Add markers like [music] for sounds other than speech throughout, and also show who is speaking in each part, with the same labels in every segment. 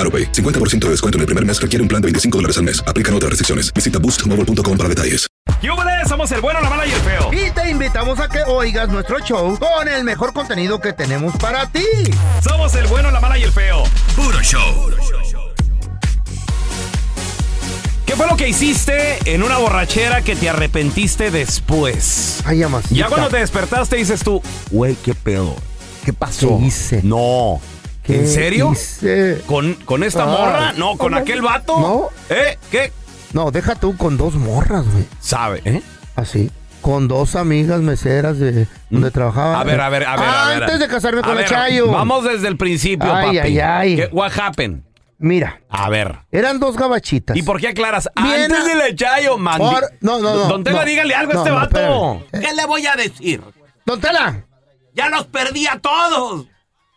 Speaker 1: AroPay. 50% de descuento en el primer mes requiere un plan de 25 dólares al mes. Aplican otras restricciones. Visita boostmobile.com para detalles.
Speaker 2: ¡Yúbales! Somos el bueno, la mala y el feo.
Speaker 3: Y te invitamos a que oigas nuestro show con el mejor contenido que tenemos para ti.
Speaker 2: Somos el bueno, la mala y el feo. Puro show. ¿Qué fue lo que hiciste en una borrachera que te arrepentiste después?
Speaker 3: Ay, amas.
Speaker 2: Ya cuando te despertaste dices tú, güey, qué pedo. ¿Qué pasó?
Speaker 3: ¿Qué hice?
Speaker 2: No.
Speaker 3: ¿Qué
Speaker 2: ¿En serio?
Speaker 3: hice?
Speaker 2: ¿Con, con esta
Speaker 3: Ah.
Speaker 2: morra? No, con
Speaker 3: ¿Cómo?
Speaker 2: aquel vato.
Speaker 3: No.
Speaker 2: ¿Eh? ¿Qué?
Speaker 3: No, deja tú con dos morras, güey.
Speaker 2: Sabe, ¿eh?
Speaker 3: Así. Con dos amigas meseras de donde trabajaba.
Speaker 2: Mm. A ver, a ver, a ver. a ver.
Speaker 3: Antes de casarme
Speaker 2: A
Speaker 3: con el
Speaker 2: ver,
Speaker 3: Chayo.
Speaker 2: Vamos desde el principio,
Speaker 3: Ay,
Speaker 2: papi.
Speaker 3: ay, ay.
Speaker 2: ¿Qué- what happened?
Speaker 3: Mira,
Speaker 2: A ver.
Speaker 3: eran dos gabachitas.
Speaker 2: ¿Y por qué aclaras?
Speaker 3: Bien,
Speaker 2: Antes
Speaker 3: a-
Speaker 2: del Chayo, mandi.
Speaker 3: Por- no, no, no,
Speaker 2: Don Tela,
Speaker 3: no.
Speaker 2: dígale algo
Speaker 3: No,
Speaker 2: a este
Speaker 3: no,
Speaker 2: vato.
Speaker 3: espérame.
Speaker 2: ¿Qué le voy a decir?
Speaker 3: Don Tela.
Speaker 2: ¡Ya los perdí a todos!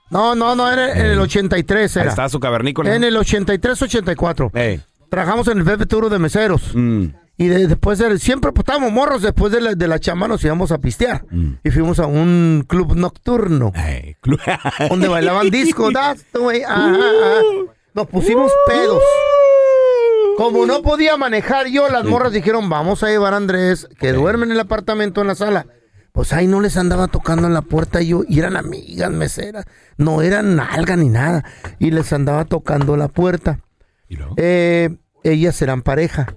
Speaker 3: No, no, no, era en el 83
Speaker 2: Eh. Ahí
Speaker 3: era.
Speaker 2: está su cavernícola.
Speaker 3: En el 83-84.
Speaker 2: Ey.
Speaker 3: Trabajamos en el Pepe Turo de meseros.
Speaker 2: Mm.
Speaker 3: Y de- después del- siempre pues, estábamos morros, después de la, de la chamba nos íbamos a pistear. Y fuimos a un club nocturno
Speaker 2: Mm. Ey, clu- [laughs]
Speaker 3: donde bailaban disco. That's the way, ah, ah,
Speaker 2: Uh.
Speaker 3: ah. Nos pusimos pedos. Como no podía manejar yo, las morras dijeron, vamos a llevar a Andrés, que duerme en el apartamento en la sala. Pues ahí no les andaba tocando en la puerta yo, y eran amigas, meseras, no eran nalga ni nada. Y les andaba tocando la puerta.
Speaker 2: ¿Y luego?
Speaker 3: Eh, ellas eran pareja.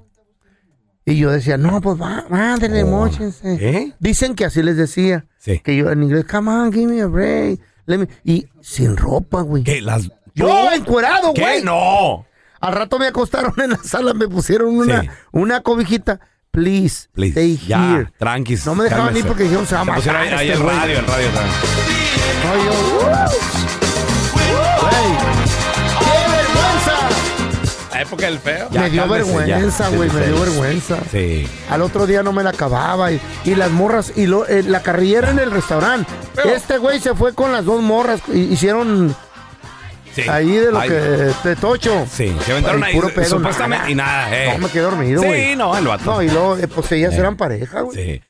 Speaker 3: Y yo decía, no, pues va, ándale, móchense".
Speaker 2: Oh, ¿Eh?
Speaker 3: Dicen que así les decía.
Speaker 2: Sí.
Speaker 3: Que yo en inglés, come on, give me a break. let me-". Y sin ropa, güey.
Speaker 2: ¿Qué? ¿Las...
Speaker 3: Yo encuerado,
Speaker 2: ¿Qué?
Speaker 3: güey.
Speaker 2: ¡No!
Speaker 3: Al rato me acostaron en la sala, me pusieron una,
Speaker 2: Sí.
Speaker 3: una cobijita. Please,
Speaker 2: Please,
Speaker 3: stay
Speaker 2: ya,
Speaker 3: here.
Speaker 2: tranquis,
Speaker 3: No me dejaban
Speaker 2: cálmese.
Speaker 3: ir porque dijeron se va a
Speaker 2: Pues
Speaker 3: matar
Speaker 2: era- ahí
Speaker 3: este
Speaker 2: el
Speaker 3: güey".
Speaker 2: radio, el radio. también.
Speaker 3: Ay, yo, "Uh, güey, ¡Qué vergüenza!
Speaker 2: La época del feo.
Speaker 3: me dio vergüenza, güey, me dio vergüenza.
Speaker 2: Sí.
Speaker 3: Al otro día no me la acababa y, y las morras y lo- eh, la carrillera en el restaurante. Este güey se fue con las dos morras, hi- hicieron
Speaker 2: sí.
Speaker 3: ahí de lo
Speaker 2: Ay,
Speaker 3: que de tocho.
Speaker 2: Sí, se aventaron
Speaker 3: Ay,
Speaker 2: ahí.
Speaker 3: puro pedo,
Speaker 2: supuestamente.
Speaker 3: nada.
Speaker 2: Y nada, eh.
Speaker 3: No, me quedé dormido,
Speaker 2: Sí,
Speaker 3: güey.
Speaker 2: no, el vato.
Speaker 3: No, y luego, eh, pues ellas eran pareja, güey.
Speaker 2: Sí.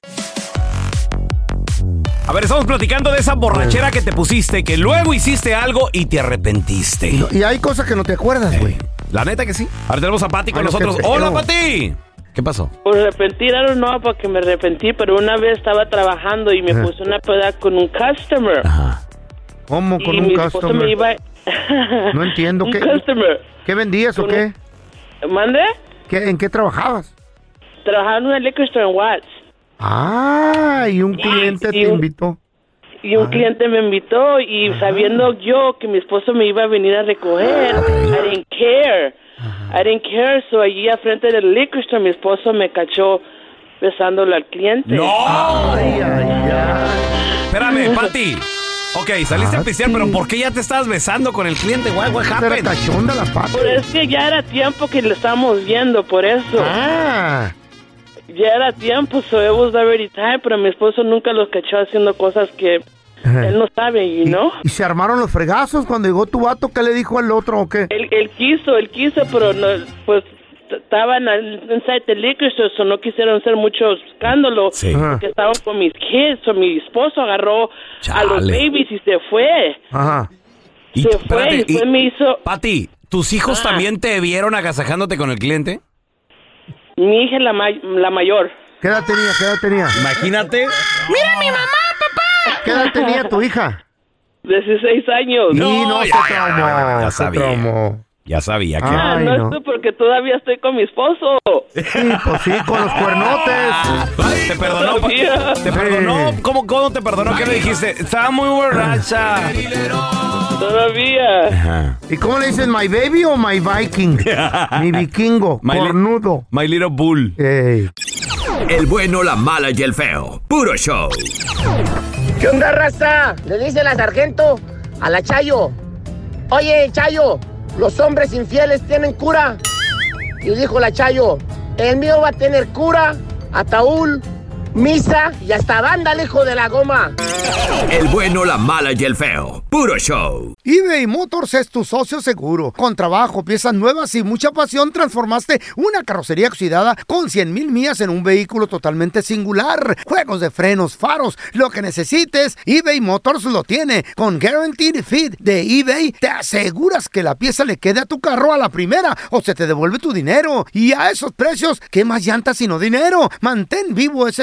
Speaker 2: A ver, estamos platicando de esa borrachera que te pusiste, que luego hiciste algo y te arrepentiste.
Speaker 3: Y, y hay cosas que no te acuerdas, güey.
Speaker 2: La neta que sí. Ahora tenemos a Pati con
Speaker 3: Ay, no,
Speaker 2: nosotros.
Speaker 3: qué feo.
Speaker 2: ¡Hola, Pati! ¿Qué pasó?
Speaker 4: Por arrepentir, I don't know, porque me arrepentí, pero una vez estaba trabajando y me
Speaker 3: Ajá.
Speaker 4: puse una peda con un customer.
Speaker 2: Ajá.
Speaker 3: ¿Cómo con
Speaker 4: y
Speaker 3: un
Speaker 4: mi esposo
Speaker 3: customer?
Speaker 4: me iba... [laughs]
Speaker 3: No entiendo,
Speaker 4: un
Speaker 3: ¿qué-
Speaker 4: customer.
Speaker 3: ¿Qué vendías o
Speaker 4: con
Speaker 3: qué?
Speaker 4: ¿Mande?
Speaker 3: ¿Qué- ¿En qué trabajabas?
Speaker 4: Trabajaba en una liquor store en Watts.
Speaker 3: Ah, y un cliente
Speaker 4: y
Speaker 3: te
Speaker 4: un-
Speaker 3: invitó.
Speaker 4: Y un cliente me invitó y sabiendo yo que mi esposo me iba a venir a recoger, I didn't care. I didn't care, so allí al frente del liquor store mi esposo me cachó besándolo al cliente.
Speaker 2: ¡No!
Speaker 3: Ay, ay, ay.
Speaker 2: Espérame, Pati. Ok, saliste
Speaker 3: Ah,
Speaker 2: a pistear, pero ¿por qué ya te estabas besando con el cliente? Guay, guay,
Speaker 3: Era
Speaker 2: happened?
Speaker 3: cachonda la pata.
Speaker 4: Pero es que ya era tiempo que lo estábamos viendo, por eso.
Speaker 3: Ah,
Speaker 4: Ya era tiempo, so it was already time, pero mi esposo nunca los cachó haciendo cosas que
Speaker 2: Eh.
Speaker 4: él no sabe,
Speaker 2: Mm.
Speaker 4: you know?
Speaker 3: ¿Y, y se armaron los fregazos cuando llegó tu vato. ¿Qué le dijo al otro o qué?
Speaker 4: Él, él quiso, él quiso, pero no, pues estaban al- inside the liquor store, so no quisieron hacer mucho escándalo.
Speaker 2: Sí.
Speaker 4: Porque estaban con mis kids, o mi esposo agarró a los
Speaker 2: Chale.
Speaker 4: babies y se fue.
Speaker 3: Ajá.
Speaker 2: Y,
Speaker 4: se fue y después me hizo-
Speaker 2: Pati, ¿tus hijos
Speaker 4: Ah.
Speaker 2: también te vieron agasajándote con el cliente?
Speaker 4: Mi hija es la, may- la mayor.
Speaker 3: ¿Qué edad tenía? ¿Qué edad tenía?
Speaker 2: Imagínate.
Speaker 3: ¿Qué edad tenía tu hija?
Speaker 4: 16 años.
Speaker 2: No,
Speaker 3: y
Speaker 2: ya,
Speaker 3: no se
Speaker 2: ya,
Speaker 3: traumó.
Speaker 2: ya, ya
Speaker 3: se
Speaker 2: sabía.
Speaker 3: traumó.
Speaker 2: Ya sabía que...
Speaker 3: Ah.
Speaker 4: Ah,
Speaker 3: ay,
Speaker 4: no,
Speaker 3: no.
Speaker 4: es tú, porque todavía estoy con mi esposo.
Speaker 3: Sí, pues sí, con los cuernotes.
Speaker 2: Te perdonó. pa-
Speaker 4: Todavía.
Speaker 2: Te perdonó. ¿Cómo, ¿Cómo te perdonó? ¿Qué le dijiste? Estaba muy borracha.
Speaker 4: Todavía.
Speaker 2: Ajá.
Speaker 3: ¿Y cómo le dicen my baby o my
Speaker 2: [laughs]
Speaker 3: viking? Mi vikingo,
Speaker 2: My li-
Speaker 3: cornudo.
Speaker 2: My little bull.
Speaker 3: Ey.
Speaker 5: El bueno, la mala y el feo. Puro show.
Speaker 6: ¿Qué onda, raza? Le dice la sargento a la Chayo. Oye, Chayo, los hombres infieles tienen cura. Y dijo la Chayo, el mío va a tener cura, ataúd, misa y hasta banda, el hijo de la goma.
Speaker 5: El bueno, la mala y el feo. Puro show.
Speaker 3: eBay Motors es tu socio seguro. Con trabajo, piezas nuevas y mucha pasión, transformaste una carrocería oxidada con 100 mil millas en un vehículo totalmente singular. Juegos de frenos, faros, lo que necesites, eBay Motors lo tiene. Con Guaranteed Fit de eBay, te aseguras que la pieza le quede a tu carro a la primera o se te devuelve tu dinero. Y a esos precios, ¿qué más llantas sino dinero? Mantén vivo ese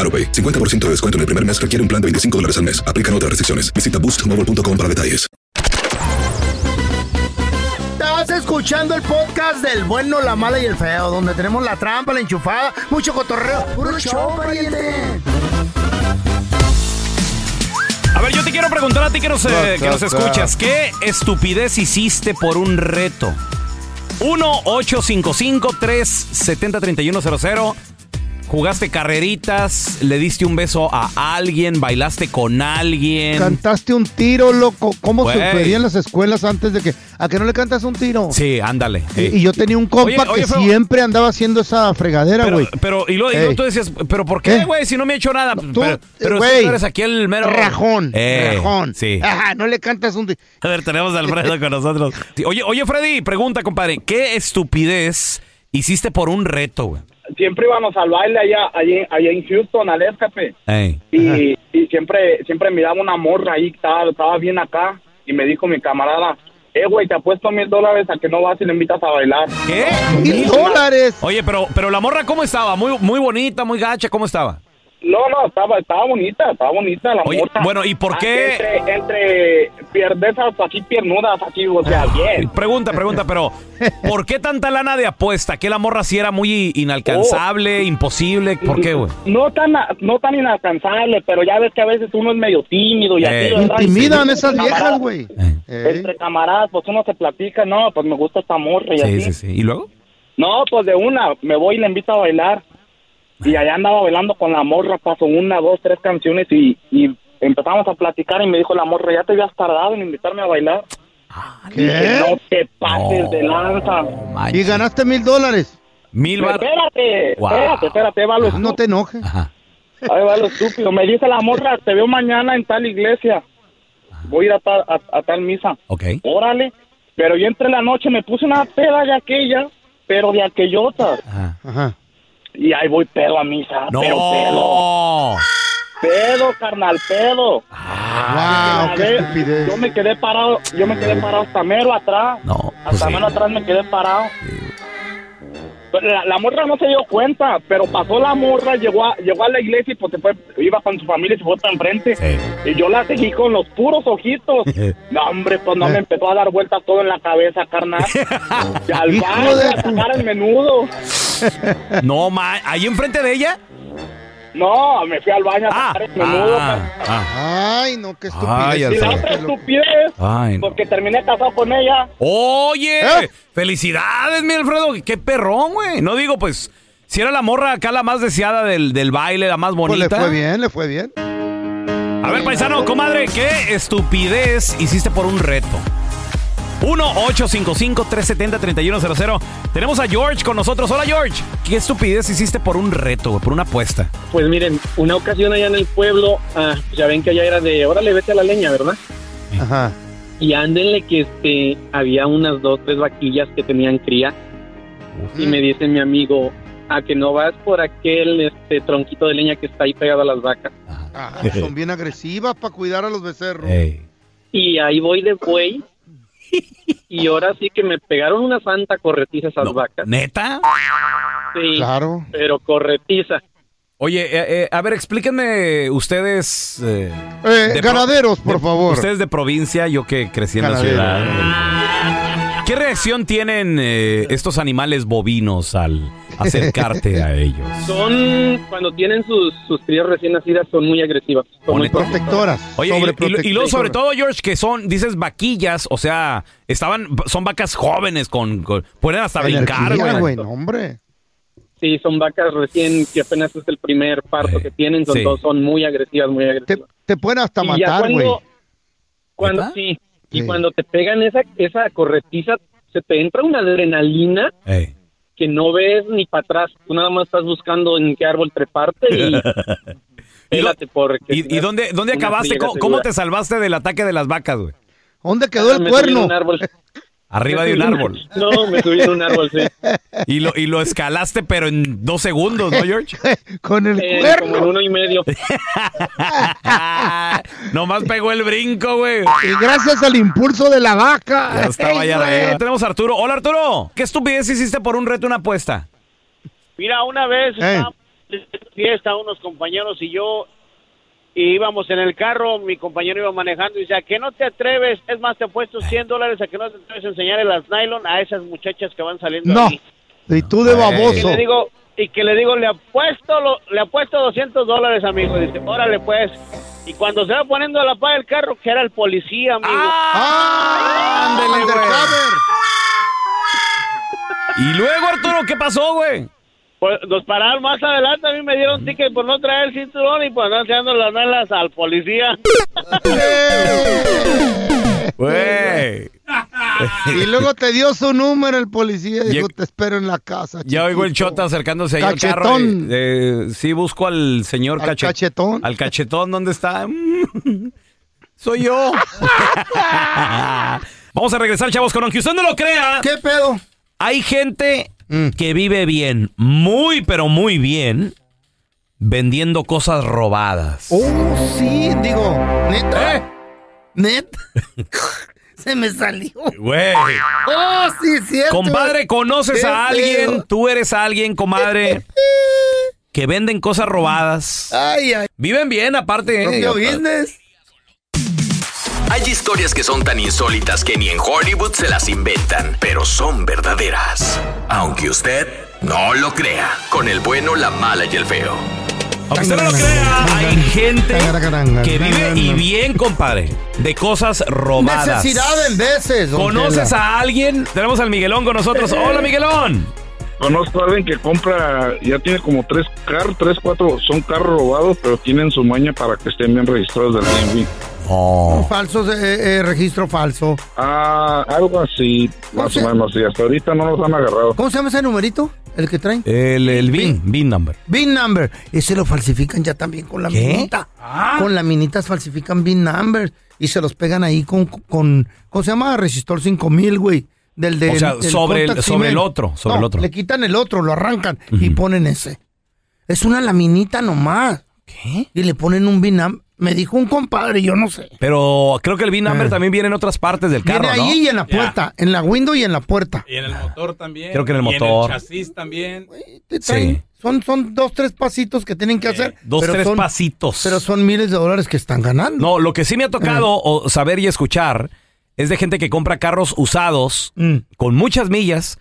Speaker 1: AroPay. 50% de descuento en el primer mes requiere un plan de 25 dólares al mes. Aplican otras restricciones. Visita boostmobile.com para detalles.
Speaker 3: Estás escuchando el podcast del bueno, la mala y el feo, donde tenemos la trampa, la enchufada, mucho cotorreo. ¡Puro show, pariente!
Speaker 2: A ver, yo te quiero preguntar a ti que nos, eh, que nos escuchas. ¿Qué estupidez hiciste por un reto? 1-855-370-3100. Jugaste carreritas, le diste un beso a alguien, bailaste con alguien.
Speaker 7: Cantaste un tiro, loco. ¿Cómo
Speaker 2: Güey.
Speaker 7: se pedían las escuelas antes de que... ¿A que no le cantas un tiro?
Speaker 2: Sí, ándale. eh.
Speaker 7: Y-
Speaker 2: ey.
Speaker 7: Y yo tenía un compa
Speaker 2: Oye, oye,
Speaker 7: que
Speaker 2: feo.
Speaker 7: siempre andaba haciendo esa fregadera,
Speaker 2: pero,
Speaker 7: güey.
Speaker 2: pero- y luego y luego
Speaker 7: Ey.
Speaker 2: tú decías, ¿pero por qué,
Speaker 7: ¿Eh?
Speaker 2: güey? Si no me he hecho nada.
Speaker 7: tú,
Speaker 2: pero pero
Speaker 7: güey.
Speaker 2: si tú eres aquí el mero.
Speaker 7: Rajón,
Speaker 2: Eh,
Speaker 7: rajón.
Speaker 2: Sí.
Speaker 7: [laughs] Ajá, no le cantas un... ti-
Speaker 2: A ver, tenemos a Alfredo con nosotros. Sí, Oye, oye, Freddy, pregunta, compadre. ¿Qué estupidez hiciste por un reto, güey?
Speaker 8: siempre íbamos al baile allá, allá, allá en Houston, al escape.
Speaker 2: Ey.
Speaker 8: Y, y siempre, siempre miraba una morra ahí, estaba, estaba bien acá. Y me dijo mi camarada, eh, güey, te apuesto mil dólares a que no vas y le invitas a bailar.
Speaker 2: ¿Qué?
Speaker 7: ¡Mil dólares!
Speaker 2: Oye, pero, pero la morra, ¿cómo estaba? Muy, muy bonita, muy gacha, ¿cómo estaba?
Speaker 8: No, no, estaba, estaba bonita, estaba bonita la
Speaker 2: Oye,
Speaker 8: morra.
Speaker 2: bueno, ¿y por
Speaker 8: Ah,
Speaker 2: qué?
Speaker 8: Entre, entre pierdezas aquí, piernudas aquí, o
Speaker 2: Ah.
Speaker 8: sea, bien.
Speaker 2: Pregunta, pregunta, pero ¿por qué tanta lana de apuesta? ¿Que la morra sí era muy
Speaker 8: Oh.
Speaker 2: inalcanzable, imposible? ¿Por qué, güey?
Speaker 8: No tan, a- no tan inalcanzable, pero ya ves que a veces uno es medio tímido y
Speaker 2: Eh.
Speaker 8: así, ¿verdad?
Speaker 7: Intimidan
Speaker 8: Y-
Speaker 7: esas viejas,
Speaker 8: camaradas,
Speaker 7: güey.
Speaker 2: Eh.
Speaker 7: Ey.
Speaker 8: Entre camaradas, pues uno se platica, no, pues me gusta esta morra y
Speaker 2: Sí,
Speaker 8: así.
Speaker 2: sí, sí. ¿Y luego?
Speaker 8: No, pues de una, me voy y la invito a bailar. Y allá andaba bailando con la morra, pasó una, dos, tres canciones y, y empezamos a platicar y me dijo la morra, ya te habías tardado en invitarme a bailar. Dije,
Speaker 7: ¿Qué?
Speaker 8: no te pases de lanza.
Speaker 7: Y ganaste mil dólares.
Speaker 2: Mil bar...
Speaker 8: Espérate,
Speaker 2: Guau.
Speaker 8: espérate, espérate, ahí va lo
Speaker 7: No te enojes.
Speaker 2: Ajá.
Speaker 8: estúpido. Ahí va lo estúpido. Me dice la morra, te veo mañana en tal iglesia. Voy a ir a tal, a- a tal misa.
Speaker 2: Ok.
Speaker 8: Órale. Pero yo entre la noche me puse una peda de aquella, pero de aquellota.
Speaker 2: Ajá.
Speaker 7: Ajá.
Speaker 8: Y ahí voy pedo a misa, pero pedo.
Speaker 2: ¡No!
Speaker 8: Pedo, carnal, pedo.
Speaker 2: Ah,
Speaker 7: Wow, qué estupidez.
Speaker 8: Yo me quedé parado, yo me quedé parado hasta mero atrás. No.
Speaker 7: pues
Speaker 8: Hasta mero atrás me quedé parado. Pero La, la morra no se dio cuenta, pero pasó la morra, llegó a, llegó a la iglesia y pues se fue, iba con su familia y se fue para enfrente. Y yo la seguí con los puros
Speaker 7: [laughs]
Speaker 8: ojitos. No, hombre, pues no me empezó a dar vueltas todo en la cabeza,
Speaker 7: [laughs]
Speaker 8: carnal. Y al
Speaker 2: Hijo
Speaker 8: baño,
Speaker 2: de
Speaker 8: a sacar el menudo.
Speaker 2: [laughs] No, ma, ¿ahí enfrente de ella?
Speaker 8: No, me fui al baño a sacar el menudo.
Speaker 2: Ah, ah.
Speaker 7: Ay, no, qué estupidez.
Speaker 2: Ay,
Speaker 8: y la
Speaker 2: Alfredo.
Speaker 8: otra estupidez,
Speaker 2: Ay, no.
Speaker 8: porque terminé casado con ella.
Speaker 2: Oye,
Speaker 7: ¿Eh?
Speaker 2: felicidades, mi Alfredo. Qué perrón, güey. No digo, pues, si era la morra acá la más deseada del, del baile, la más
Speaker 7: Pues
Speaker 2: bonita.
Speaker 7: le fue bien, le fue bien.
Speaker 2: A ver, paisano, comadre, ¿qué estupidez hiciste por un reto? 1-855-370-3100. Tenemos a George con nosotros. Hola, George. ¿Qué estupidez hiciste por un reto, güey, por una apuesta?
Speaker 9: Pues miren, una ocasión allá en el pueblo, ah, ya ven que allá era de, órale, vete a la leña, ¿verdad?
Speaker 7: Ajá.
Speaker 9: Y ándenle que este, había unas dos, tres vaquillas que tenían cría. Y me dice mi amigo, a que no vas por aquel este, tronquito de leña que está ahí pegado a las vacas.
Speaker 7: Ah, son bien agresivas para cuidar a los becerros.
Speaker 9: Y ahí voy de
Speaker 7: [laughs]
Speaker 9: buey. Y ahora sí que me pegaron una santa corretiza esas vacas.
Speaker 2: ¿Neta?
Speaker 9: Sí.
Speaker 2: Claro.
Speaker 9: Pero corretiza.
Speaker 2: Oye, eh, eh, a ver, explíquenme ustedes... eh,
Speaker 7: Eh,
Speaker 2: de pro-
Speaker 7: ganaderos, por
Speaker 2: de-
Speaker 7: favor.
Speaker 2: Ustedes de provincia, yo que crecí en
Speaker 7: Ganadero.
Speaker 2: la ciudad. ¿Qué reacción tienen eh, estos animales bovinos al
Speaker 7: [laughs]
Speaker 2: acercarte a ellos?
Speaker 9: Son, cuando tienen sus, sus crías recién nacidas, son muy agresivas. Son muy
Speaker 7: protectoras.
Speaker 2: Oye, y- y, y luego sobre todo, George, que son, dices, vaquillas, o sea, estaban, son vacas jóvenes con, con- pueden hasta brincar,
Speaker 7: Energía,
Speaker 2: güey.
Speaker 7: güey, no, hombre.
Speaker 9: Sí, son vacas recién que apenas es el primer parto que tienen, son,
Speaker 7: sí.
Speaker 9: dos- son muy agresivas, muy agresivas.
Speaker 7: Te pueden hasta
Speaker 9: Y ya
Speaker 7: matar, güey.
Speaker 9: cuando, cuando sí, y cuando te pegan esa esa corretiza, se te entra una adrenalina
Speaker 2: Ey.
Speaker 9: que no ves ni para atrás, tú nada más estás buscando en qué árbol treparte
Speaker 2: [laughs]
Speaker 9: y pélate porque
Speaker 2: ¿Y, y
Speaker 9: tienes
Speaker 2: dónde, dónde
Speaker 9: una
Speaker 2: acabaste?
Speaker 9: friega
Speaker 2: ¿Cómo, cómo
Speaker 9: segura.
Speaker 2: te salvaste del ataque de las vacas, güey?
Speaker 7: ¿Dónde quedó el
Speaker 9: Me subí en
Speaker 7: cuerno? [laughs]
Speaker 9: un árbol. [laughs]
Speaker 2: Arriba de un
Speaker 9: Me subí-
Speaker 2: árbol.
Speaker 9: No, me subí en un árbol, sí.
Speaker 2: Y lo, y lo escalaste, pero en dos segundos, ¿no, George?
Speaker 7: [laughs] Con el
Speaker 9: Eh,
Speaker 2: cuerno.
Speaker 9: como en uno y medio.
Speaker 2: [laughs] Nomás pegó el brinco, güey.
Speaker 7: Y gracias al impulso de la vaca.
Speaker 2: Ya estaba
Speaker 7: Ey,
Speaker 2: allá
Speaker 7: güey.
Speaker 2: arriba. Tenemos a Arturo. Hola, Arturo. ¿Qué estupidez hiciste por un reto, una apuesta?
Speaker 10: Mira, una vez estábamos en fiesta unos compañeros y yo y íbamos en el carro, mi compañero iba manejando y decía, que no te atreves, es más, te apuesto 100 dólares a que no te atreves a enseñar las nylon a esas muchachas que van saliendo
Speaker 7: No.
Speaker 10: aquí".
Speaker 7: Y tú de
Speaker 10: Y
Speaker 7: baboso.
Speaker 10: que le digo, y que le digo, le apuesto, lo- le apuesto 200 dólares, amigo. Y dice, órale, pues. Y cuando se va poniendo a la par del carro, que era el policía, amigo.
Speaker 2: Ah,
Speaker 7: Ah,
Speaker 2: ándele, Y luego, Arturo, ¿qué pasó, güey?
Speaker 10: Pues nos pararon más adelante, a mí me dieron ticket por no traer el cinturón y por no enseñando las nalgas al policía.
Speaker 2: Güey.
Speaker 7: Y luego te dio su número el
Speaker 2: [laughs]
Speaker 7: policía. Dijo, te espero en la casa.
Speaker 2: Ya oigo el chota acercándose ahí al carro.
Speaker 7: Cachetón.
Speaker 2: Eh, eh, sí, busco al señor
Speaker 7: Al
Speaker 2: cachet-
Speaker 7: cachetón.
Speaker 2: Al cachetón, ¿dónde está? Mm, Soy yo. [laughs] Vamos a regresar, chavos, con aunque usted no lo crea. ¿Qué
Speaker 3: pedo?
Speaker 2: Hay gente que vive bien, muy, pero muy bien, vendiendo cosas robadas.
Speaker 3: Oh, sí, digo,
Speaker 2: ¿Eh?
Speaker 3: neta. Neta. [laughs] Se me salió.
Speaker 2: Güey.
Speaker 3: Oh, sí, cierto. Este,
Speaker 2: Compadre, ¿conoces
Speaker 3: Qué
Speaker 2: a alguien? ¿Tú eres alguien,
Speaker 3: [laughs]
Speaker 2: comadre? Que venden cosas robadas.
Speaker 3: Ay, ay.
Speaker 2: Viven bien, aparte. ¿eh?
Speaker 3: Propio business.
Speaker 5: Hay historias que son tan insólitas que ni en Hollywood se las inventan, pero son verdaderas. Aunque usted no lo crea, con el bueno, la mala y el feo.
Speaker 2: Aunque usted no lo crea, hay gente que vive y bien, compadre, de cosas robadas.
Speaker 3: Necesidad en veces. don
Speaker 2: ¿Conoces
Speaker 3: Tela.
Speaker 2: a alguien? Tenemos al Miguelón con nosotros.
Speaker 11: Eh.
Speaker 2: Hola, Miguelón.
Speaker 12: Conozco a alguien que compra, ya tiene como tres carros, tres, cuatro, son carros robados, pero tienen su maña para que estén bien registrados del DMV.
Speaker 3: Falsos, eh, eh, registro falso.
Speaker 12: Ah, algo así, más o menos, y hasta ahorita no los han agarrado.
Speaker 3: ¿Cómo se llama ese numerito? El que traen.
Speaker 2: El, el BIN, BIN number.
Speaker 3: BIN number. Ese lo falsifican ya también con la
Speaker 2: ¿Qué? Ah.
Speaker 3: minita. Con las minitas falsifican BIN number y se los pegan ahí con, con ¿cómo se llama? Resistor 5000, güey. Del de
Speaker 2: O sea, sobre el- sobre el otro, sobre el otro.
Speaker 3: Le quitan el otro, lo arrancan y ponen ese. Es una laminita nomás. ¿Qué? Y le ponen un BIN number. Me dijo un compadre, yo no sé.
Speaker 2: Pero creo que el VIN number también viene en otras partes del carro,
Speaker 3: Eh. Viene ahí
Speaker 2: ¿no?
Speaker 3: y en la puerta, en la window y en la puerta.
Speaker 11: Y en el motor también.
Speaker 2: Creo que en el
Speaker 11: Y
Speaker 2: motor.
Speaker 11: el chasis
Speaker 2: [laughs]
Speaker 11: también.
Speaker 3: Traen- Son, son dos, tres pasitos que tienen que hacer.
Speaker 2: Eh, Dos,
Speaker 3: pero
Speaker 2: tres
Speaker 3: son-
Speaker 2: pasitos.
Speaker 3: Pero son miles de dólares que están ganando. Eh.
Speaker 2: No, lo que sí me ha tocado o saber y escuchar es de gente que compra carros usados
Speaker 3: Mm.
Speaker 2: con muchas millas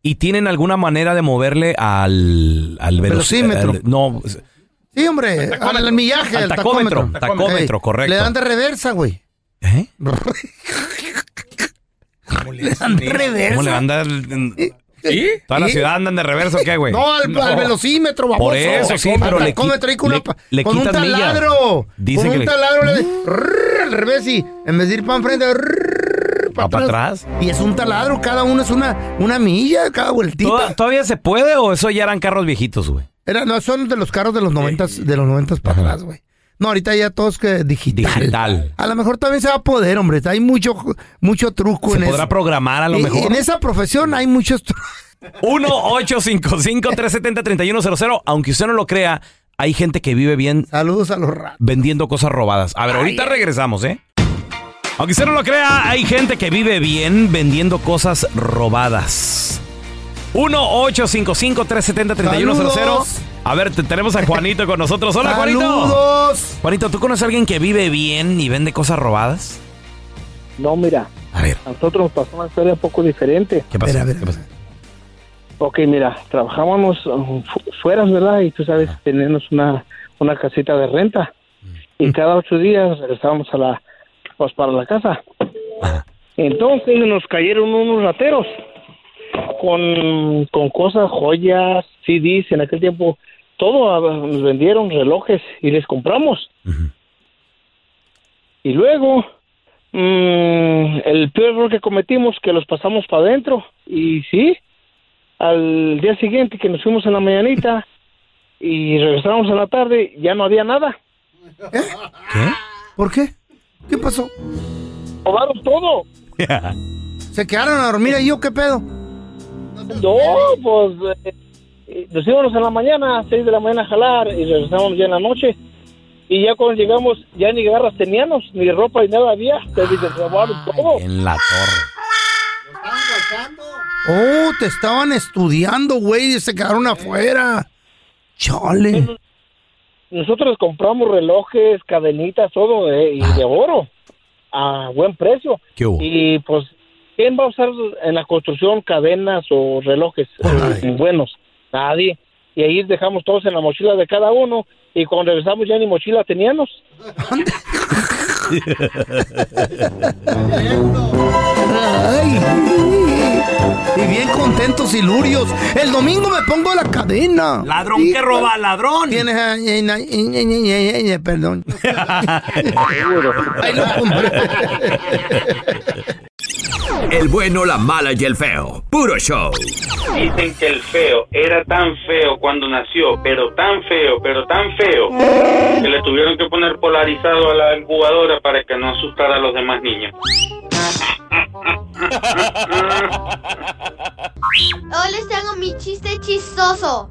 Speaker 2: y tienen alguna manera de moverle al, al velo-
Speaker 3: Velocímetro.
Speaker 2: al- no, es-
Speaker 3: Sí, hombre, al millaje,
Speaker 2: Al
Speaker 3: al
Speaker 2: tacómetro,
Speaker 3: tacómetro.
Speaker 2: tacómetro,
Speaker 3: Ey,
Speaker 2: correcto.
Speaker 3: Le dan de reversa, güey.
Speaker 2: ¿Eh?
Speaker 3: [laughs] le dan de reversa.
Speaker 2: ¿Cómo le andan? ¿Sí? Toda la
Speaker 3: ¿Sí?
Speaker 2: ciudad andan de reverso, ¿qué, güey?
Speaker 3: [laughs] No, al, al velocímetro, baboso.
Speaker 2: Por eso, sí,
Speaker 3: Al
Speaker 2: pero le,
Speaker 3: tacómetro ahí
Speaker 2: qui-
Speaker 3: con, una
Speaker 2: le-
Speaker 3: pa-
Speaker 2: le
Speaker 3: con un
Speaker 2: quitan millas.
Speaker 3: taladro.
Speaker 2: Dicen
Speaker 3: con
Speaker 2: que
Speaker 3: un
Speaker 2: le-
Speaker 3: taladro
Speaker 2: [laughs]
Speaker 3: le rrr, al revés y en vez de ir para enfrente, para
Speaker 2: Ah, atrás.
Speaker 3: Y es un taladro, cada uno es una, una milla, cada vueltita.
Speaker 2: ¿Toda- ¿Todavía se puede o eso ya eran carros viejitos, güey?
Speaker 3: Era, no, son de los carros de los noventas, de los noventas para atrás, güey. No, ahorita ya todos que digital.
Speaker 2: Digital.
Speaker 3: A lo mejor también se va a poder, hombre. Hay mucho, mucho truco
Speaker 2: ¿Se
Speaker 3: en
Speaker 2: podrá
Speaker 3: eso.
Speaker 2: programar a lo
Speaker 3: Y-
Speaker 2: mejor?
Speaker 3: Eh, En esa profesión hay muchos trucos.
Speaker 2: 1-855-370-3100. Aunque usted no lo crea, hay gente que vive bien.
Speaker 3: Saludos a los ratos.
Speaker 2: Vendiendo cosas robadas. A ver, ahorita regresamos, ¿eh? Aunque usted no lo crea, hay gente que vive bien vendiendo cosas robadas. 1-855-370-3100.
Speaker 3: Saludos.
Speaker 2: A ver, te- tenemos a Juanito con nosotros. Hola, Juanito.
Speaker 3: Saludos.
Speaker 2: Juanito, ¿tú conoces a alguien que vive bien y vende cosas robadas?
Speaker 13: No, mira.
Speaker 2: A ver.
Speaker 13: A nosotros nos pasó una historia un poco diferente.
Speaker 2: ¿Qué pasa?
Speaker 13: Ok, mira, trabajábamos um, fu- fuera, ¿verdad? Y tú sabes, teníamos una, una casita de renta.
Speaker 2: Mm.
Speaker 13: Y cada ocho días regresábamos a la, pues, para la casa. Entonces nos cayeron unos rateros con, con cosas, joyas, CDs, en aquel tiempo todo ah, nos vendieron relojes y les compramos. Y luego mm, el peor error que cometimos que los pasamos para adentro y sí, al día siguiente que nos fuimos en la mañanita y regresamos en la tarde ya no había nada.
Speaker 3: ¿Eh? ¿Por qué? ¿Qué pasó?
Speaker 13: Robaron todo.
Speaker 3: ¿Se quedaron a dormir ahí o qué pedo?
Speaker 13: No, pues eh, eh, nos íbamos en la mañana, a 6 de la mañana a jalar y regresábamos ya en la noche. Y ya cuando llegamos, ya ni garras teníamos, ni ropa y nada había. Se dice, robaron todo.
Speaker 2: En la torre.
Speaker 3: Oh, te estaban estudiando, güey, y se quedaron afuera. Chale.
Speaker 13: Nosotros compramos relojes, cadenitas, todo de, y de oro a buen precio.
Speaker 2: ¿Qué hubo?
Speaker 13: Y pues, ¿quién va a usar en la construcción cadenas o relojes eh, buenos? Nadie. Y ahí dejamos todos en la mochila de cada uno y cuando regresamos ya ni mochila teníamos.
Speaker 3: Ay, y bien contentos ilurios. El domingo me pongo la cadena. eh,
Speaker 2: Ladrón que roba, ladrón.
Speaker 3: Tienes ahí- ahí- ahí- ahí- ahí- ahí- eh, perdón. Ahí lo
Speaker 5: El bueno, la mala y el feo. Puro show.
Speaker 14: Dicen que el feo era tan feo cuando nació, pero tan feo, pero tan feo, que le tuvieron que poner polarizado a la incubadora para que no asustara a los demás niños.
Speaker 15: Hoy les tengo mi chiste chistoso.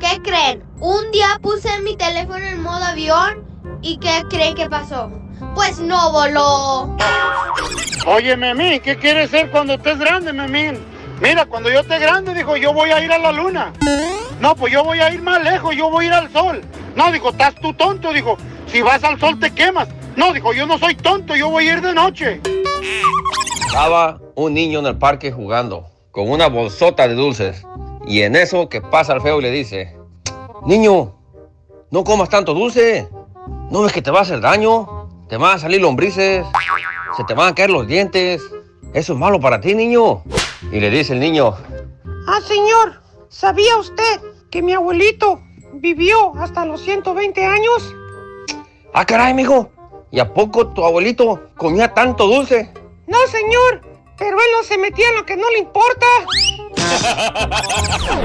Speaker 15: ¿Qué creen? Un día puse mi teléfono en modo avión y ¿qué creen que pasó? Pues no voló.
Speaker 16: Oye, Memín, ¿qué quieres ser cuando estés grande, Memín? Mira, cuando yo esté grande, dijo, yo voy a ir a la luna. No, pues yo voy a ir más lejos, yo voy a ir al sol. No, dijo, estás tú tonto, dijo, si vas al sol te quemas. No, dijo, yo no soy tonto, yo voy a ir de noche.
Speaker 17: Estaba un niño en el parque jugando con una bolsota de dulces. Y en eso que pasa el feo y le dice, niño, no comas tanto dulce. ¿No ves que te va a hacer daño? Te van a salir lombrices, se te van a caer los dientes. Eso es malo para ti, niño. Y le dice el niño,
Speaker 18: Ah, señor, ¿sabía usted que mi abuelito vivió hasta los 120 años?
Speaker 17: ah, caray, mijo, ¿y a poco tu abuelito comía tanto dulce?
Speaker 18: No, señor, pero él no se metía en lo que no le importa.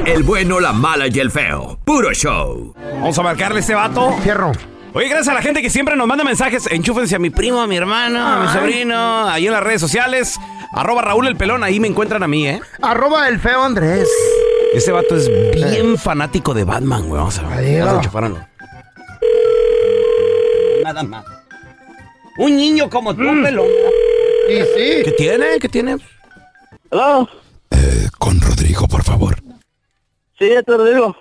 Speaker 5: El bueno, la mala y el feo. Puro show.
Speaker 2: Vamos a marcarle a este vato.
Speaker 3: Fierro.
Speaker 2: Oye, gracias a la gente que siempre nos manda mensajes. Enchúfense a mi primo, a mi hermano, a mi
Speaker 3: Ay.
Speaker 2: sobrino, ahí en las redes sociales. Arroba Raúl el Pelón, ahí me encuentran a mí, ¿eh?
Speaker 3: Arroba el feo Andrés.
Speaker 2: Este vato es
Speaker 3: Eh.
Speaker 2: bien fanático de Batman, güey. Vamos a ver.
Speaker 3: Adiós.
Speaker 2: Vamos a enchufarlo.
Speaker 19: nada más. Un niño como tú, pelón.
Speaker 3: Mm. Sí, sí.
Speaker 2: ¿Qué tiene? ¿Qué tiene?
Speaker 20: Hola.
Speaker 21: Con Rodrigo, por favor.
Speaker 20: Sí, este es Rodrigo.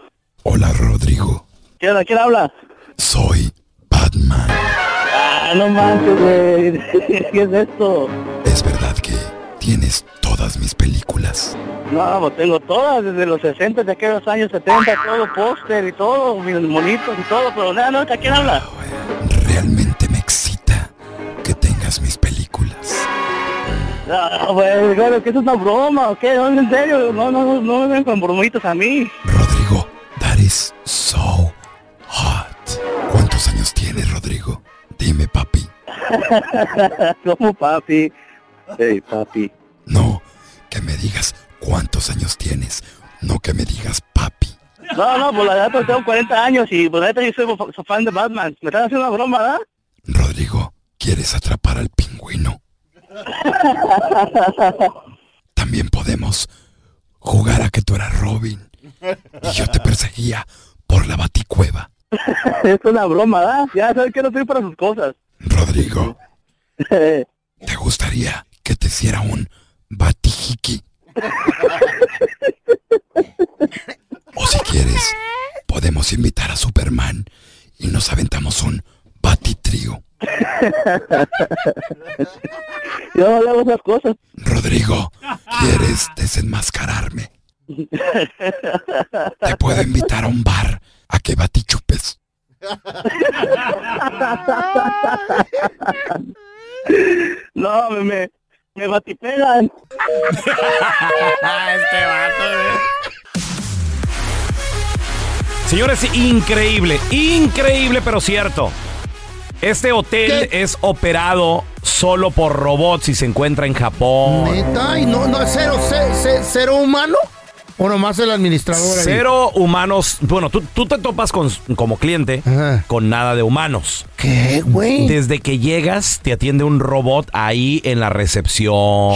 Speaker 21: Hola, Rodrigo.
Speaker 20: ¿Quién, ¿Quién habla?
Speaker 21: Soy.
Speaker 20: Ah, no manches, güey. [laughs] ¿Qué es esto?
Speaker 21: Es verdad que tienes todas mis películas.
Speaker 20: No, pues tengo todas, desde los 60 de aquellos años 70, todo póster y todo, mis monitos y todo, pero nada, no, ¿a quién habla?
Speaker 21: Realmente me excita que tengas mis películas.
Speaker 20: No, güey, claro, que eso es una broma, ¿o qué? No, en serio, no, no, no, no me ven con bromitos a mí.
Speaker 21: Rodrigo, that is so hot. ¿Cuántos años tienes, Rodrigo? Dime,
Speaker 20: [laughs]
Speaker 21: papi.
Speaker 20: Como papi. Hey, papi.
Speaker 21: No, que me digas cuántos años tienes, no que me digas papi.
Speaker 20: No, no, por la edad pues, tengo 40 años y por la edad yo soy fa- soy fan de Batman. Me están haciendo una broma, ¿verdad? [laughs]
Speaker 21: Rodrigo, ¿quieres atrapar al pingüino? También podemos jugar a que tú eras Robin y yo te perseguía por la baticueva.
Speaker 20: es una broma, ¿verdad? Ya sabes que no estoy para sus cosas. [laughs]
Speaker 21: Rodrigo, ¿te gustaría que te hiciera un batijiki? O si quieres, podemos invitar a Superman y nos aventamos un batitrío.
Speaker 20: [laughs] Yo no le hago esas cosas.
Speaker 21: Rodrigo, ¿quieres desenmascararme? Te puedo invitar a un bar a que batichupes.
Speaker 20: no, me, me, me batipegan.
Speaker 2: este Señores, increíble, increíble pero cierto. Este hotel es operado solo por robots y se encuentra en
Speaker 3: Mm,
Speaker 2: Japón.
Speaker 3: Ay, no, no, cero, ce- ce- cero humano. O nomás el administrador. ahí?
Speaker 2: Cero humanos. Bueno, tú, tú te topas con, como cliente con nada de humanos.
Speaker 3: ¿Qué, güey?
Speaker 2: Desde que llegas, te atiende un robot ahí en la recepción.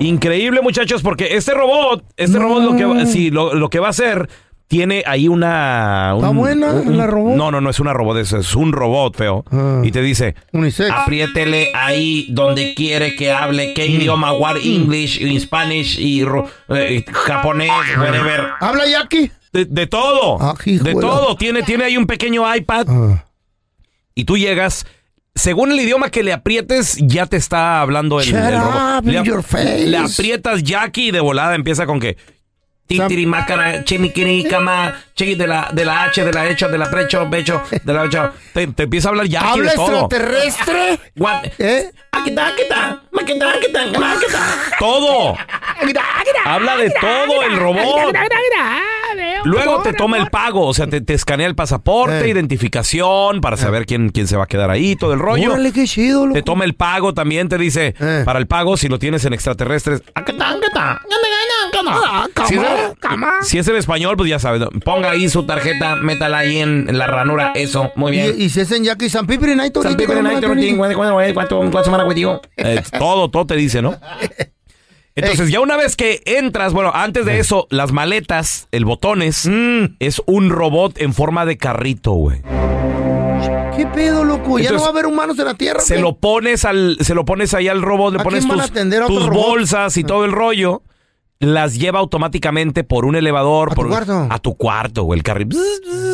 Speaker 2: Increíble, muchachos, porque este robot, este robot lo que, va, sí, lo, lo que va a hacer, tiene ahí una.
Speaker 3: ¿Está buena la robot? Ah.
Speaker 2: No, no, no es una robot, es, es un robot feo. Y te dice.
Speaker 3: Unisex.
Speaker 2: Apriétele ahí donde quiere que hable, qué idioma, what English, in Spanish y ru- eh, japonés, whatever.
Speaker 3: Ah. ¿Habla Jackie?
Speaker 2: De, de todo. de
Speaker 3: de la- Ah.
Speaker 2: todo. Tiene, tiene ahí un pequeño iPad. Y tú llegas. Según el idioma que le aprietes, ya te está hablando el,
Speaker 3: Shut
Speaker 2: el
Speaker 3: up in
Speaker 2: le, ap-
Speaker 3: your face.
Speaker 2: le aprietas Jackie y de volada empieza con que. Titiri, macara, chimiquiri, cama, chi, de la, de la H, de la hecho, de la trecho, pecho, de la hecho. Te, te empieza a hablar Jackie
Speaker 3: ¿Habla
Speaker 2: de todo.
Speaker 3: extraterrestre?
Speaker 2: What?
Speaker 3: ¿Eh?
Speaker 2: Todo. Habla de todo el robot. Luego te toma el pago, o sea, te, te escanea el
Speaker 3: Eh.
Speaker 2: pasaporte, identificación, para saber quién, quién se va a quedar ahí, todo el rollo.
Speaker 3: Órale, qué chido, Eh.
Speaker 2: Te toma el pago también, te dice, para el pago, si lo tienes en extraterrestres. Ah, ¿qué tal? ¿Qué tal?
Speaker 3: Ah,
Speaker 2: Si es, si es en español, pues ya sabes. ¿no? Ponga ahí su tarjeta, métala ahí en, en la ranura, eso, muy bien.
Speaker 3: Y, y si es en Jackie San Piper y Night San
Speaker 2: Piper y Night Ortiz,
Speaker 3: [laughs]
Speaker 2: Eh, todo, todo te dice, ¿no? Entonces, ya una vez que entras, bueno, antes
Speaker 3: Eh.
Speaker 2: de eso, las maletas, el botones,
Speaker 3: Mm.
Speaker 2: es un robot en forma de carrito, güey.
Speaker 3: ¿Qué pedo, loco? ¿Ya
Speaker 2: Entonces,
Speaker 3: no va a haber humanos en la Tierra?
Speaker 2: Se
Speaker 3: güey?
Speaker 2: lo pones al, se lo pones ahí al robot, le
Speaker 3: ¿A
Speaker 2: pones
Speaker 3: quién van a
Speaker 2: tus,
Speaker 3: atender? ¿A otro
Speaker 2: tus
Speaker 3: robot? Ah.
Speaker 2: bolsas y todo el rollo. Las lleva automáticamente por un elevador. ¿A por, tu cuarto? A tu cuarto, güey. El carrito.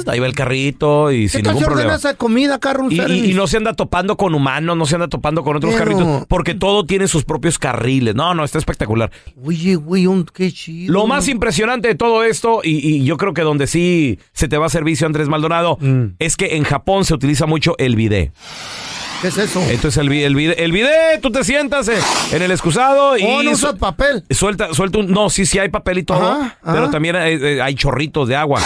Speaker 2: Ahí va el carrito y
Speaker 3: ¿Qué
Speaker 2: sin
Speaker 3: tal
Speaker 2: ningún
Speaker 3: si
Speaker 2: problema.
Speaker 3: ordenas esa comida, carro, un
Speaker 2: Y, y- y no se anda topando con humanos, no se anda topando con otros
Speaker 3: Pero-
Speaker 2: carritos, porque todo tiene sus propios carriles. No, no, está espectacular.
Speaker 3: Oye, güey, un- qué chido.
Speaker 2: Lo más impresionante de todo esto, y, y yo creo que donde sí se te va a servicio, Andrés Maldonado,
Speaker 3: Mm.
Speaker 2: es que en Japón se utiliza mucho el bidé.
Speaker 3: ¿Qué es eso?
Speaker 2: Entonces el, bi- el bidé, el bidé, tú te sientas en, en el excusado y...
Speaker 3: Oh, no usas papel.
Speaker 2: Suelta, suelta un... No, sí, sí hay papel y todo,
Speaker 3: Ajá, ajá.
Speaker 2: pero también hay, eh, hay chorritos de agua.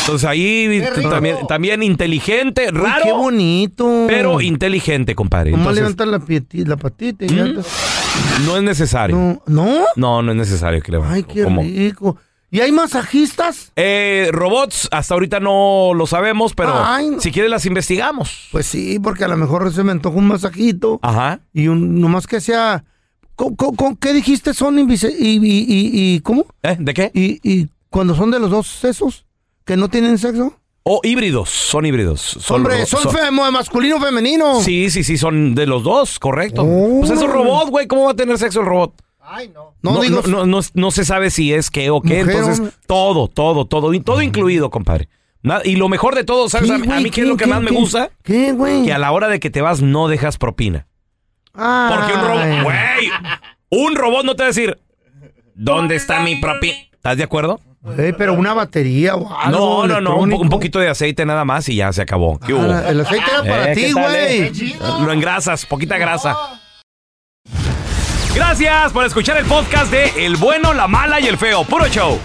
Speaker 2: Entonces ahí tú
Speaker 3: rico!
Speaker 2: también, también inteligente, raro.
Speaker 3: qué bonito.
Speaker 2: Pero inteligente, compadre.
Speaker 3: Nomás
Speaker 2: Entonces,
Speaker 3: levantas la, pieti- la patita y ya te-
Speaker 2: no es necesario. No,
Speaker 3: no.
Speaker 2: No, es necesario que levantes.
Speaker 3: Ay, qué
Speaker 2: ¿Cómo?
Speaker 3: rico. ¿Y hay masajistas?
Speaker 2: Eh, robots, hasta ahorita no lo sabemos, pero
Speaker 3: Ay, no.
Speaker 2: si quieres las investigamos.
Speaker 3: Pues sí, porque a lo mejor se me antoja un masajito.
Speaker 2: Ajá.
Speaker 3: Y un, nomás que sea... ¿Con, con- con- qué dijiste son invise- y, y, y- y- cómo?
Speaker 2: ¿Eh? ¿De qué?
Speaker 3: Y, y cuando son de los dos sesos. ¿Que no tienen sexo?
Speaker 2: O híbridos, son híbridos. Son
Speaker 3: Hombre,
Speaker 2: ro-
Speaker 3: son, femo- masculino femenino.
Speaker 2: Sí, sí, sí, son de los dos, correcto.
Speaker 3: Oh.
Speaker 2: Pues es un robot, güey. ¿Cómo va a tener sexo el robot? No, no,
Speaker 3: digo-
Speaker 2: no, no- no se sabe si es qué o qué.
Speaker 3: Mujer,
Speaker 2: Entonces,
Speaker 3: hombre.
Speaker 2: todo, todo, todo, y todo incluido, compadre. Na- y lo mejor de todo, ¿sabes?
Speaker 3: ¿Qué,
Speaker 2: a, a
Speaker 3: güey?
Speaker 2: mí, ¿qué es lo que
Speaker 3: ¿Qué,
Speaker 2: más me
Speaker 3: qué?
Speaker 2: gusta?
Speaker 3: ¿Qué, güey?
Speaker 2: Que a la hora de que te vas, no dejas propina.
Speaker 3: Porque
Speaker 2: un robot, güey. Un robot no te va a decir, ¿dónde está mi propina? ¿Estás de acuerdo?
Speaker 3: pero una batería o
Speaker 2: No,
Speaker 3: algo
Speaker 2: no, no, un, po-
Speaker 3: electrónico.
Speaker 2: un poquito de aceite nada más y ya se acabó. ¿Qué hubo?
Speaker 3: Ah, el aceite era para ti,
Speaker 2: ¿qué tal,
Speaker 3: güey?
Speaker 2: eh? Lo engrasas, poquita grasa. Gracias por escuchar el podcast de El bueno, la mala y el feo. Puro show.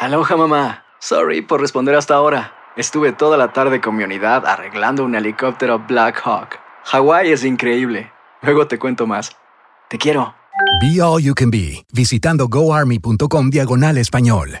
Speaker 22: Aloha mamá. Sorry por responder hasta ahora. Estuve toda la tarde con mi unidad arreglando un helicóptero Black Hawk. Hawái es increíble. Luego te cuento más. Te quiero.
Speaker 23: Be All You Can Be, visitando goarmy.com diagonal español.